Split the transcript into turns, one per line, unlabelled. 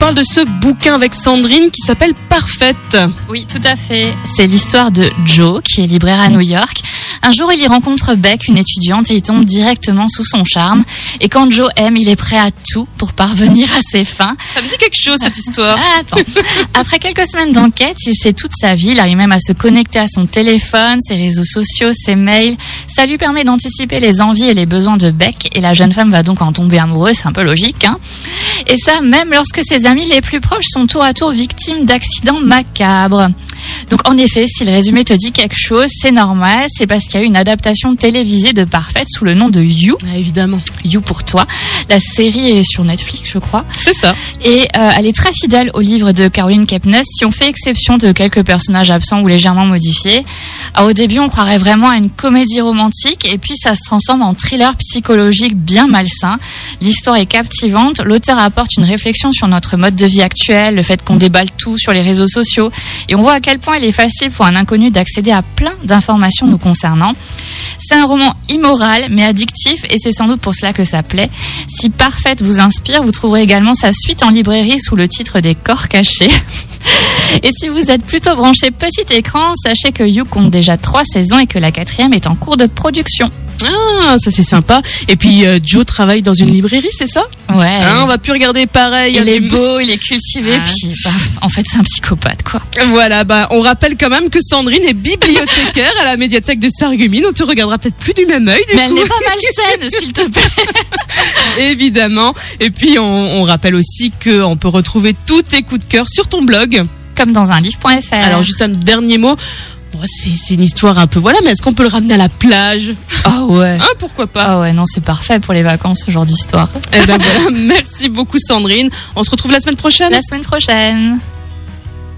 parle de ce bouquin avec Sandrine qui s'appelle Parfaite.
Oui, tout à fait. C'est l'histoire de Joe, qui est libraire à New York. Un jour, il y rencontre Beck, une étudiante, et il tombe directement sous son charme. Et quand Joe aime, il est prêt à tout pour parvenir à ses fins.
Ça me dit quelque chose cette histoire.
Ah, attends. Après quelques semaines d'enquête, il sait toute sa vie. Il arrive même à se connecter à son téléphone, ses réseaux sociaux, ses mails. Ça lui permet d'anticiper les envies et les besoins de Beck. Et la jeune femme va donc en tomber amoureuse. C'est un peu logique, hein. Et ça, même lorsque ses amis les plus proches sont tour à tour victimes d'accidents macabres. Donc en effet, si le résumé te dit quelque chose, c'est normal, c'est parce qu'il y a eu une adaptation télévisée de Parfaite sous le nom de You,
Ah, évidemment.
You pour toi. La série est sur Netflix, je crois.
C'est ça.
Et euh, elle est très fidèle au livre de Caroline Kepnes, si on fait exception de quelques personnages absents ou légèrement modifiés. Alors, au début, on croirait vraiment à une comédie romantique, et puis ça se transforme en thriller psychologique bien malsain. L'histoire est captivante, l'auteur apporte une réflexion sur notre mode de vie actuel, le fait qu'on déballe tout sur les réseaux sociaux, et on voit à quel point il est facile pour un inconnu d'accéder à plein d'informations nous concernant. C'est un roman immoral mais addictif et c'est sans doute pour cela que ça plaît. Si Parfaite vous inspire, vous trouverez également sa suite en librairie sous le titre des corps cachés. Et si vous êtes plutôt branché petit écran, sachez que You compte déjà trois saisons et que la quatrième est en cours de production.
Ah, ça c'est sympa. Et puis euh, Joe travaille dans une librairie, c'est ça
Ouais.
Hein, On va plus regarder pareil. hein,
il est
les-
beau, il est cultivé,
Ah.
puis bah, en fait c'est un psychopathe quoi.
Voilà, bah on rappelle quand même que Sandrine est bibliothécaire à la médiathèque de Sarreguemines. On te regardera peut-être plus du même œil, du
Mais elle
coup.
n'est pas malsaine, s'il te plaît.
évidemment. Et puis on, on rappelle aussi que on peut retrouver tous tes coups de cœur sur ton blog.
Comme dans un livre.fr.
Alors juste un dernier mot. Bon, c'est c'est une histoire un peu voilà, mais est-ce qu'on peut le ramener à la plage
Oh ouais.
Hein, pourquoi pas
Ah ouais, non, c'est parfait pour les vacances,
Ah
ce genre d'histoire.
Eh ben voilà, merci beaucoup Sandrine. On se retrouve la semaine prochaine.
La semaine prochaine.